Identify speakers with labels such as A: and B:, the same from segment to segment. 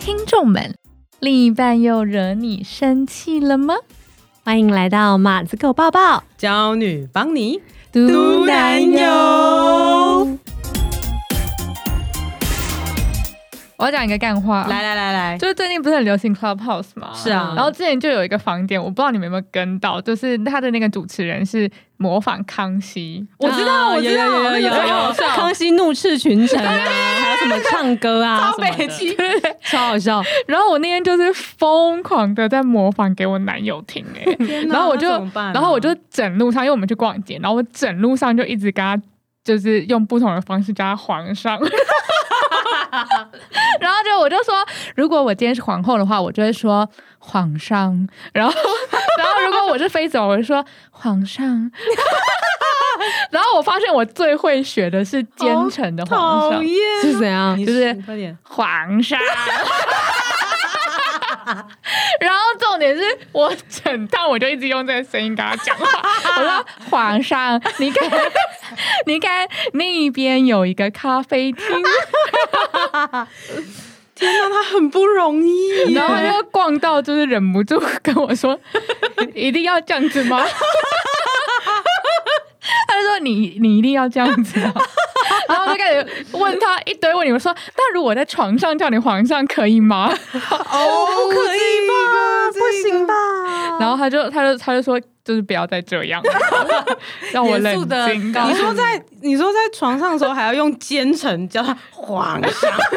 A: 听众们，另一半又惹你生气了吗？
B: 欢迎来到马子狗抱抱，
C: 娇女帮你
A: 嘟
C: 男友。
A: 我要讲一个干话，
C: 来，来来来，
A: 就是最近不是很流行 Clubhouse 吗？
C: 是啊
A: 然后之前就有一个房点，我不知道你们有没有跟到，就是他的那个主持人是模仿康熙，我知道，
C: 啊
A: 我知道，
C: 有有有
A: 那
C: 有
A: 个
C: 有
A: 超好笑，
B: 康熙怒斥群臣啊， 还有什么唱歌啊，
A: 超
B: 什么
A: 北
B: 的
A: 齐。对
B: 超好笑。
A: 然后我那天就是疯狂的在模仿给我男友听、欸，
C: 天哪
A: 然后我就
C: 那怎么办啊
A: 然后我就整路上，因为我们去逛街，然后我整路上就一直跟他，就是用不同的方式叫他皇上。 然后就我就说，如果我今天是皇后的话，我就会说皇上。然后， 然后如果我是妃子，我就说皇上。 然后我发现我最会学的是奸臣的皇上
C: 讨，厌，
B: 是怎样
C: 你
A: 就是
C: 快点，
A: 皇上。 然后重点是我整趟我就一直用这个声音跟他讲话，我说皇上，你看，你看那边有一个咖啡厅，
C: 天哪，他很不容易耶，
A: 然后 他就逛到就是忍不住跟我说， 一定要这样子吗？他就说你你一定要这样子啊， 然后就开始问他一堆问题，我说那如果我在床上叫你皇上可以吗？
C: 哦，不可以吧？不行吧？
A: 然后他就他就他就说，就是不要再这样了， 让我冷
B: 严肃地
A: 静。
B: 告
C: 你 说在你说在床上的时候还要用奸臣叫他皇 上，
A: 然后不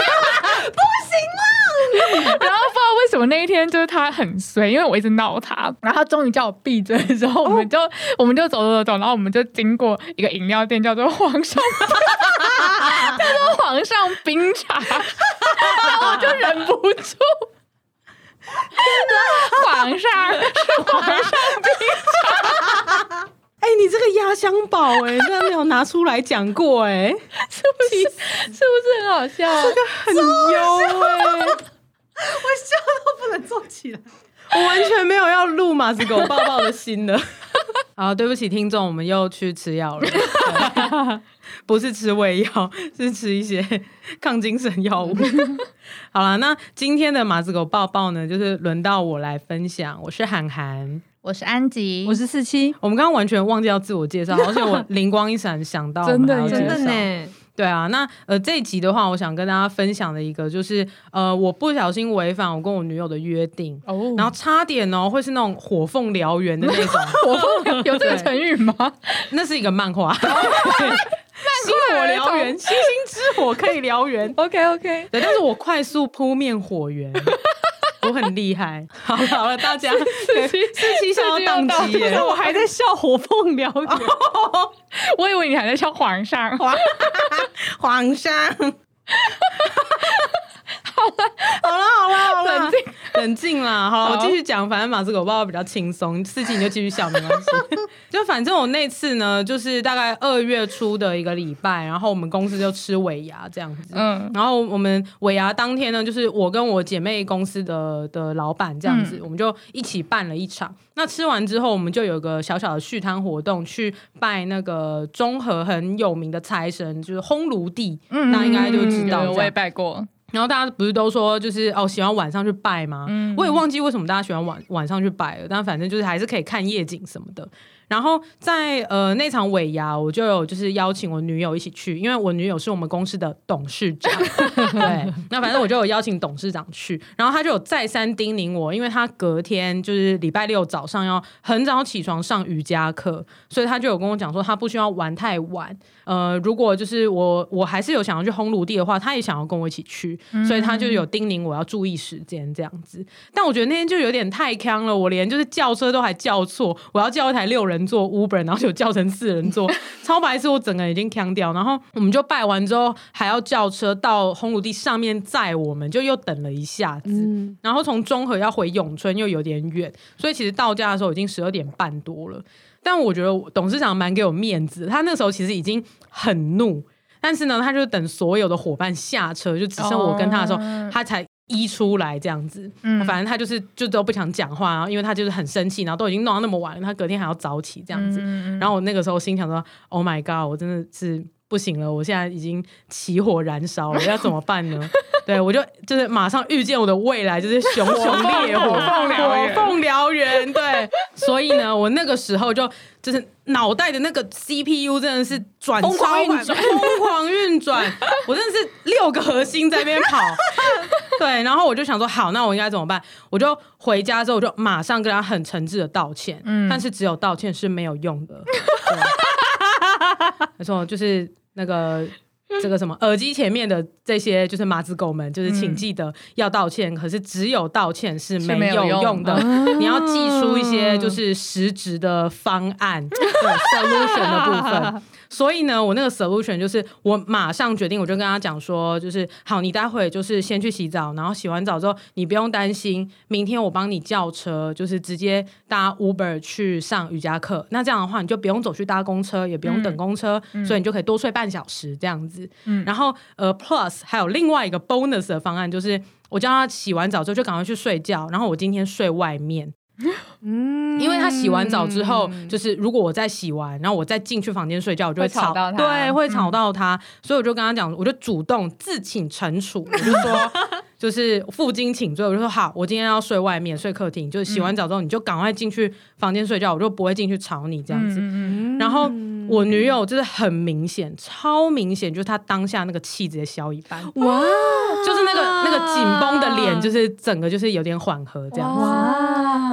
A: 知道为什么那一天就是他很衰，因为我一直闹他，然后他终于叫我闭嘴的时候，我们就、我们就走走走走，然后我们就经过一个饮料店，叫做皇 上，叫做皇上冰茶，然后我就忍不住。皇上是皇上，
C: 哎，你这个压箱宝哎，真的没有拿出来讲过哎，
A: 是不 是是不是很好笑？啊
C: 很优哎。
B: 我笑都不能坐起来。
C: 我完全没有要录马子狗抱抱的心了。 好，对不起，听众，我们又去吃药了，对 不是吃胃药，是吃一些抗精神药 物。好了，那今天的马子狗抱抱呢，就是轮到我来分享。我是涵涵，
A: 我是安吉
B: 我是四七，
C: 我们刚刚完全忘记要自我 介绍，而且我灵光一闪想到我们还要介绍，
A: 真的
B: 呢。
C: 对啊，那呃这一集的话，我想跟大家分享的一个就是，呃，我不小心违反我跟我女友的约定，
A: 哦
C: 然后差点哦，会是那种火凤燎原的那 种，
A: 我后面有这个成语 吗？
C: 那是一个哦 漫画，星火燎原，星星之火可以燎原。
A: OK OK，
C: 对，但是我快速扑灭火源，我很厉害。好了好了，大家
A: 四七
C: 四七想要宕机哦耶，
A: 我
B: 还在笑火凤燎原，
A: 我以为你还在笑皇 上，
C: 皇皇 上。好了，好了，好了，好
A: 冷
C: 了， 冷静啦。好了，
A: 好
C: 我继续讲，反正马子狗抱抱比较轻松，事情你就继续笑，没 关系。就反正我那次呢，就是大概二月初的一个礼拜，然后我们公司就吃尾牙这样子。
A: 嗯，
C: 然后我们尾牙当天呢，就是我跟我姐妹公司的的老板这样子，
A: 嗯
C: 我们就一起办了一场。那吃完之后，我们就有个小小的续摊活动，去拜那个中和很有名的财神，就是烘炉地。
A: 嗯
C: 那应该就知道
A: 有有
C: 这样
A: 我也拜过，
C: 然后大家不是都说就是哦喜欢晚上去拜吗？
A: 嗯
C: 我也忘记为什么大家喜欢晚晚上去拜了，但反正就是还是可以看夜景什么的。然后在呃那场尾牙，我就有就是邀请我女友一起去，因为我女友是我们公司的董事长，对，那反正我就有邀请董事长去，然后他就有再三叮咛我，因为他隔天就是礼拜六早上要很早起床上瑜伽课，所以他就有跟我讲说他不希望玩太晚，呃，如果就是我我还是有想要去烘炉地的话，他也想要跟我一起去，所以他就有叮咛我要注意时间这样子。但我觉得那天就有点太坑了，我连就是叫车都还叫错，我要叫一台六人座 Uber，然后就叫成四人座，超白痴，我整个人已经腔掉。然后我们就拜完之后，还要叫车到烘炉地上面载我们，就又等了一下子。
B: 嗯，
C: 然后从中和要回永春又有点远，所以其实到家的时候已经十二点半多了。但我觉得我董事长蛮给我面子，他那时候其实已经很怒，但是呢，他就等所有的伙伴下车，就只剩我跟他的时候，
A: 哦
C: 他才一出来这样子。
A: 嗯
C: 反正他就是就都不想讲话，然后因为他就是很生气，然后都已经弄到那么晚了，他隔天还要早起这样子。
A: 嗯
C: 然后我那个时候心想说：“Oh my god！我真的是不行了，我现在已经起火燃烧了，要怎么办呢？对我就就是马上遇见我的未来，就是熊熊烈火，
A: 火凤燎原
C: 火凤燎原。对，所以呢，我那个时候就就是脑袋的那个 CPU 真的是转
B: 疯狂
C: 超
B: 运
C: 慢
B: 转
C: 疯狂运转，我真的是六个核心在那边跑。 对，然后我就想说，好，那我应该怎么办？我就回家之后，我就马上跟他很诚挚的道歉，
A: 嗯
C: 但是只有道歉是没有 用的。没错，就是那个这个什么耳机前面的这些就是马子狗们，就是请
A: 嗯
C: 记得要道歉，可是只有道歉是
A: 是没
C: 没
A: 有
C: 有
A: 用
C: 用的， 你要寄出一些就是实质的方 案，对 solution 的部分。所以呢，我那个 solution 就是我马上决定，我就跟他讲说，就是好，你待会就是先去洗澡，然后洗完澡之后你不用担心，明天我帮你叫车，就是直接搭 Uber 去上瑜伽课。那这样的话，你就不用走去搭公车，也不用等公车，所以你就可以多睡半小时这样子。
A: 嗯
C: 然后呃，Plus 还有另外一个 bonus 的方案就是。我叫他洗完澡之后就赶快去睡觉，然后我今天睡外面，
B: 嗯
C: 因为他洗完澡之后，就是如果我再洗完，然后我再进去房间睡觉，我就
A: 会吵
C: 吵
A: 到他嗯
C: 对，会吵到他，所以我就跟他讲，我就主动自请惩处，我就说。就是负荆请罪，我就说好，我今天要睡外面，睡客厅。就是洗完澡之后，你就赶快进去房间睡觉，我就不会进去吵你这样子。
A: 嗯嗯
C: 然后我
A: 嗯
C: 女友就是很明显，超明显，就是她当下那个气直接消一半，
B: 哇，
C: 就是那个那个紧绷的脸，就是整个就是有点缓和这样子。
A: 哇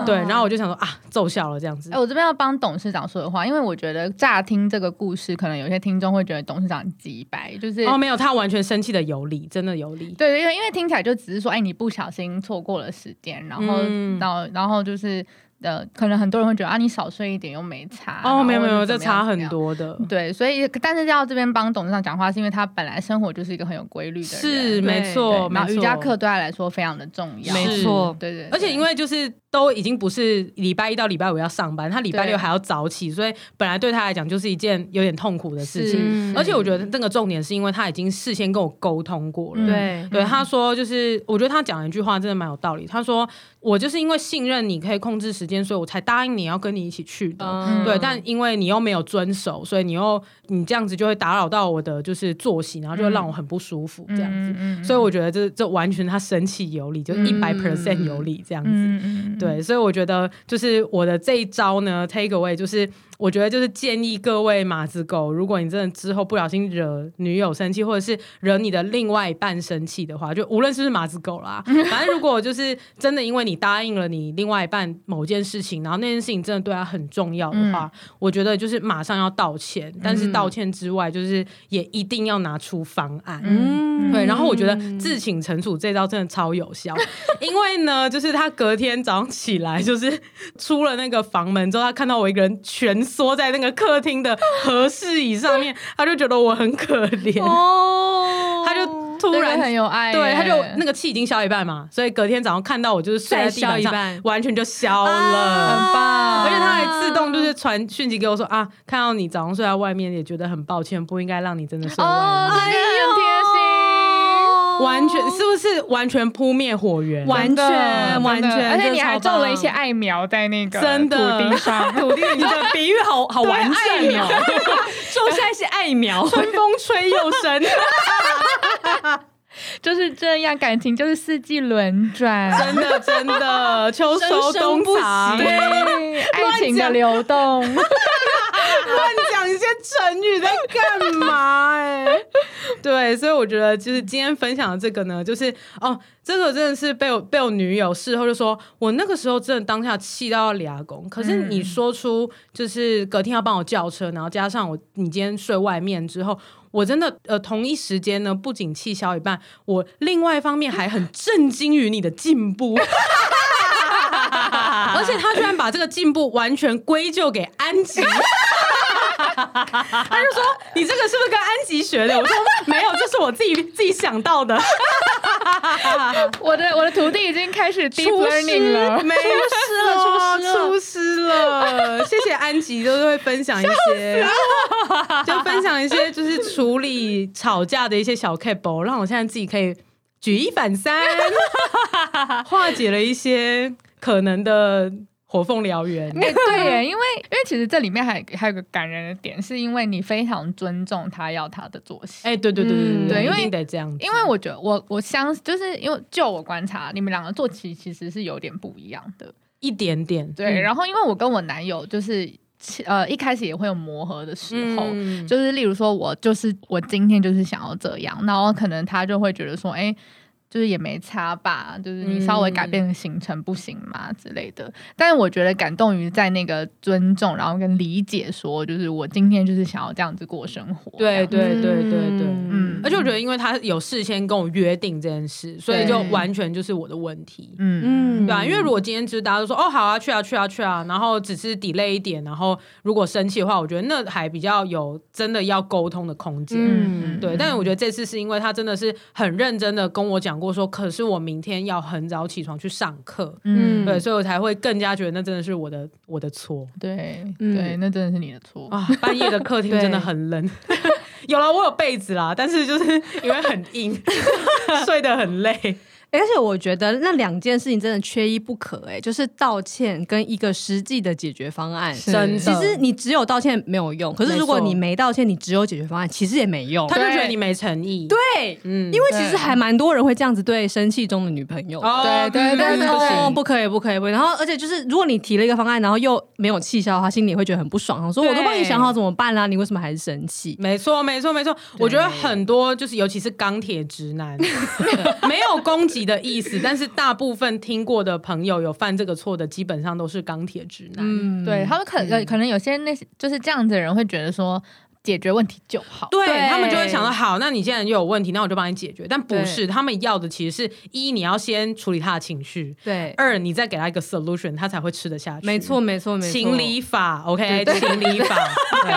C: 对，然后我就想说啊，奏效了这样子
A: 哎、。我这边要帮董事长说的话，因为我觉得乍听这个故事，可能有些听众会觉得董事长很鸡掰，就是、
C: 哦，没有，他完全生气的有理，真的有理。
A: 对，因为因为听起来就只是说，哎、你不小心错过了时间，然后、
C: 嗯
A: 到然后就是呃，可能很多人会觉得啊，你少睡一点又没差，然
C: 哦，
A: 后
C: 没有
A: 或
C: 没
A: 者
C: 有，
A: 怎么
C: 这
A: 样
C: 差
A: 怎么
C: 很
A: 样。嗯
C: 多的。
A: 对，所以但是要这边帮董事长讲话，是因为他本来生活就是一个很有规律的人，对
C: 是没
B: 对
C: 错，
A: 然后
C: 哦没
A: 瑜伽
C: 错
A: 课，对他来说非常的重要，
B: 没
C: 是
B: 错，
A: 对对对，
C: 而且因为就是都已经不是礼拜一到礼拜五要上班，他礼拜
A: 对
C: 六还要早起，所以本来对他来讲就是一件有点痛苦的事
A: 是
C: 情。
B: 嗯
C: 而且我觉
A: 是
C: 得这个重点是因为他已经事先跟我沟通过了，
A: 嗯
B: 对，
C: 对，他说就是，我觉得他讲了一句话真的蛮有道理。他说我就是因为信任你可以控制时间，所以我才答应你要跟你一起去的。
B: 嗯
C: 对，但因为你又没有遵守，所以你又你这样子就会打扰到我的就是作息，然后就会让我很不舒服这样子。
A: 嗯
C: 所以我觉得这这完全他生气有理，就
B: 嗯
C: 一百 percent 有理这样子。
A: 嗯嗯嗯
C: 对，所以我觉得就是我的这一招呢，take away 就是，我觉得就是建议各位马子狗，如果你真的之后不小心惹女友生气，或者是惹你的另外一半生气的话，就无论是不是马子 狗啦，反正如果就是真的因为你答应了你另外一半某件事情，然后那件事情真的对他很重要的话，
A: 嗯
C: 我觉得就是马上要道歉，但是道歉之外，就是也一定要拿出方案。
B: 嗯
C: 对，然后我觉得自请惩处这招真的超有效，因为呢，就是他隔天早上起来，就是出了那个房门之后，他看到我一个人蜷缩在那个客厅的和室椅上面，他就觉得我很可怜，
B: 哦
C: 他就
A: 这
C: 突
A: 个
C: 然
A: 很有爱耶，
C: 对，他就那个气已经消一半嘛，所以隔天早上看到我就是睡在地
B: 再
C: 板
B: 消一
C: 上
B: 半，
C: 完全就消了，
B: 啊
A: 很棒，
C: 而且他还自动就是传讯息给我说啊，看到你早上睡在外面，也觉得很抱歉，不应该让你真的睡外面。
A: 哦，这个很贴心。
C: 完全是不是完全扑灭火源？
B: 完
A: 真的
B: 全完
A: 真的
B: 全，
A: 而且你还
B: 这个超
A: 种
B: 棒
A: 了一些艾苗在那个
C: 真的
A: 土地 上，
C: 土地，你
B: 你的比喻好好完
C: 对爱
B: 整
C: 苗
B: 哦，种下一些爱苗，
C: 春风吹又生，
A: 就是这样，感情就是四季轮转，
C: 真的真的，秋收
B: 生生
C: 冬
B: 不
C: 藏。
B: 息
A: 对， 爱情的流动，
C: 乱讲一些成语在干嘛、哎，对，所以我觉得就是今天分享的这个呢，就是哦，这个真的是被我被我女友事后就说，我那个时候真的当下气到要俩拱。可是你说出就是隔天要帮我叫车，然后加上我你今天睡外面之后。我真的呃，同一时间呢，不仅气消一半，我另外一方面还很震惊于你的进步，而且他居然把这个进步完全归咎给安吉。他就说：“你这个是不是跟安吉学的？”我说：“没有，这是我自己自己想 到的。
A: 我的我的徒弟已经开始 deep
C: 厨师
A: learning 了，
C: 没
B: 师了
C: 出师了。谢谢安吉，就是会分享一些，就分享一些就是处理吵架的一些小 c a p e 让我现在自己可以 举一反三，化解了一些可能的火凤 燎原。
A: 哎、对耶，因为因为其实这里面还还有个感人的点，是因为你非常尊重他要他的作息。
C: 哎、对对对对
B: 嗯对
C: 一
A: 因为
C: 定得这样子，
A: 因为我觉得我我相就是因为就我观察，你们两个作息其实是有点不一样的。
C: 一点点嗯
A: 对，然后因为我跟我男友就是呃一开始也会有磨合的时候，
C: 嗯
A: 就是例如说我就是我今天就是想要这样，然后可能他就会觉得说，哎、就是也没差吧，就是你稍微改
C: 嗯
A: 变个行程不行吗之类的。但是我觉得感动于在那个尊重，然后跟理解说，就是我今天就是想要这样子过生活。
C: 对
A: 这样
C: 对对对对，
A: 嗯
C: 而且我觉得，因为他有事先跟我约定这件事，所以就
A: 对
C: 完全就是我的问题。
A: 嗯
B: 嗯
C: 对啊，因为如果今天就是大家都说哦好啊去啊去啊去啊，然后只是 delay 一点，然后如果生气的话，我觉得那还比较有真的要沟通的空间。
B: 嗯
C: 对，但是我觉得这次是因为他真的是很认真的跟我讲过说，可是我明天要很早起床去上课，
A: 嗯
C: 对，所以我才会更加觉得那真的是我的我的错
A: 对
B: 嗯
A: 对，那真的是你的错。
C: 啊！半夜的客厅真的很冷， 有了我有被子啦，但是就是因为很硬，睡得很累。
B: 哎而且我觉得那两件事情真的缺一不可、哎，就是道歉跟一个实际的解决方案。
A: 是
C: 真的
B: 其实你只有道歉没有用，可是如果
C: 没错
B: 你没道歉，你只有解决方案，其实也没用
C: 他。就觉得
A: 对
C: 你没诚意，
B: 对，
C: 嗯，
B: 因
C: 为
B: 为其实还蛮多人会这样子对生气中的女朋友
A: 对
B: 的。
A: 对
B: 但
C: 嗯
A: 对对
B: 是哦，
A: 对
B: 不可以，不可以，不可以。然后，而且就是，如果你提了一个方案，然后又没有气消，他心里会觉得很不爽。我说，
A: 对
B: 我都帮你想好怎么办啦、你为什么还是生气？
C: 没错，没错，没错。我觉得很多就是，尤其是钢铁直男，对没有攻击的意思，但是大部分听过的朋友有犯这个错的，基本上都是钢铁直男。
B: 嗯，
A: 对他们可呃可能有些那些就是这样子的人会觉得说解决问题就好，
C: 对
B: 对
C: 他们就会想到，好，那你既然又有问题，那我就帮你解决。但不是，他们要的其实是一，你要先处理他的情绪；
B: 对，
C: 二，你再给他一个 solution，他才会吃得下去。
B: 没错，没错，没错。
C: 情理法，OK，情理 法。对，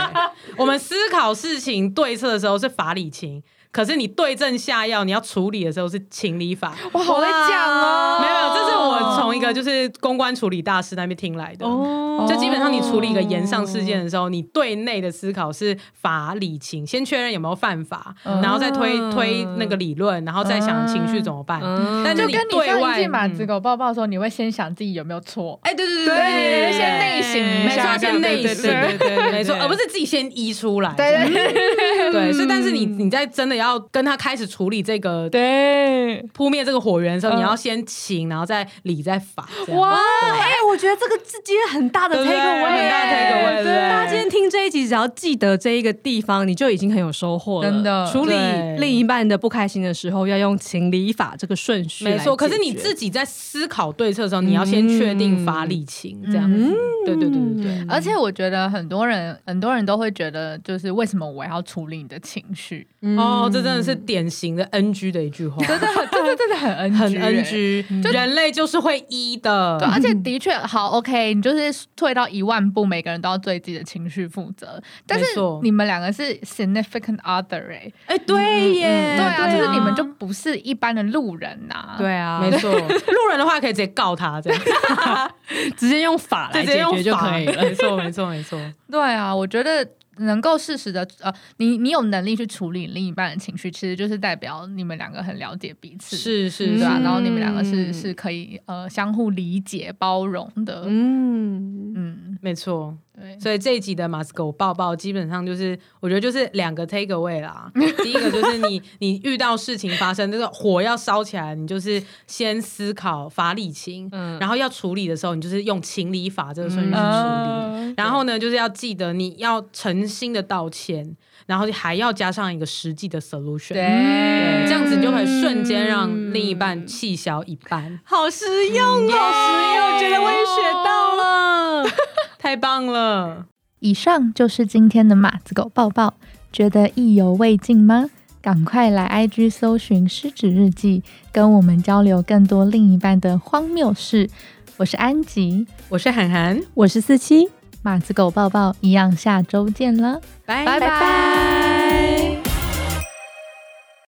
C: 我们思考事情对策的时候是法理情，可是你对症下药，你要处理的时候是情理法。
A: 我好会讲哦，
C: 没有，没有，这是我从一个就是公关处理大师那边听来的。
B: 哦
C: 就基本上你处理一个延上事件的时候，你对内的思考是法理情，先确认有没有犯法，
A: 嗯
C: 然后再推推那个理论，然后再想情绪怎么办。
B: 嗯
C: 但是
A: 就跟你
C: 对
A: 上一
C: 外嗯
A: 季马子狗抱抱的时候，你会先想自己有没有错，
B: 哎，对对
A: 对先内省一
C: 没
A: 下
C: 错，
A: 这
C: 先
A: 样
C: 内
A: 对对
C: 省，
A: 对
C: 对对对，没错，
B: 对
C: 而不是自己先移出来。
A: 对对
C: 对，嗯是但是你你在真的要跟他开始处理这个
A: 对，
C: 扑灭这个火源的时候，
A: 嗯
C: 你要先情，然后再理，再法。这样
A: 哇，
B: 哎，我觉得这个是今天很大的
C: 对不
B: take
C: 对
B: away，
C: 很大的 takeaway，对不对
B: 大家今天听这一集，只要记得这一个地方，你就已经很有收获了。
A: 真的
B: 处理
C: 对
B: 另一半的不开心的时候，要用情理法这个顺序来
C: 没错，可是你
B: 解决
C: 自己在思考对策的时候，你要先确定法理情这样子。对对对对对，
A: 而且我觉得很多人很多人都会觉得，就是为什么我要处理你的情绪？
C: 哦，这真的是典型的 NG 的一句话，
A: 真的很，真的真的很 NG，
C: 很
A: 欸
C: NG，人类就是会一的
A: 对，。而且的确好 OK，你就是退到一万步，每个人都要对自己的情绪负责。但是
C: 没错
A: 你们两个是 significant other 哎、
B: 哎，
C: 嗯
B: 对耶，
A: 对啊，就是你们就不是一般的路人呐、
B: 对啊，
C: 没 错，路人的话可以直接告他，这样
B: 直接用法来
C: 直
B: 解
C: 接用
B: 决就
C: 法
B: 可以了。
C: 没错，没错，没错。
A: 对啊，我觉得能够适时的呃，你你有能力去处理另一半的情绪，其实就是代表你们两个很了解彼此，
C: 是是
A: 对
C: 是
A: 啊，
B: 嗯
A: 然后你们两个是是可以呃相互理解包容的，嗯
B: 嗯，
C: 没错。
A: 对。
C: 所以这一集的马斯狗抱抱基本上就是，我觉得就是两个 take away 啦。第一个就是你你遇到事情发生，这个火要烧起来，你就是先思考法理情，
B: 嗯
C: 然后要处理的时候，你就是用情理法这个顺序去处理。
B: 哦
A: 嗯
C: 然后呢，就是要记得你要诚心的道歉，然后还要加上一个实际的 solution，
A: 对，
C: 对这样子你就可以瞬间让
B: 嗯
C: 另一半气消一嗯半。
B: 好实用哦，好实用，觉得我也学到了。
C: 太棒了！
A: 以上就是今天的马子狗抱抱，觉得意犹未尽吗？赶快来 IG 搜寻“狮子日记”，跟我们交流更多另一半的荒谬事。我是安吉，
C: 我是涵涵，
B: 我是四七，
A: 马子狗抱抱，一样下周见了，
C: 拜
A: 拜拜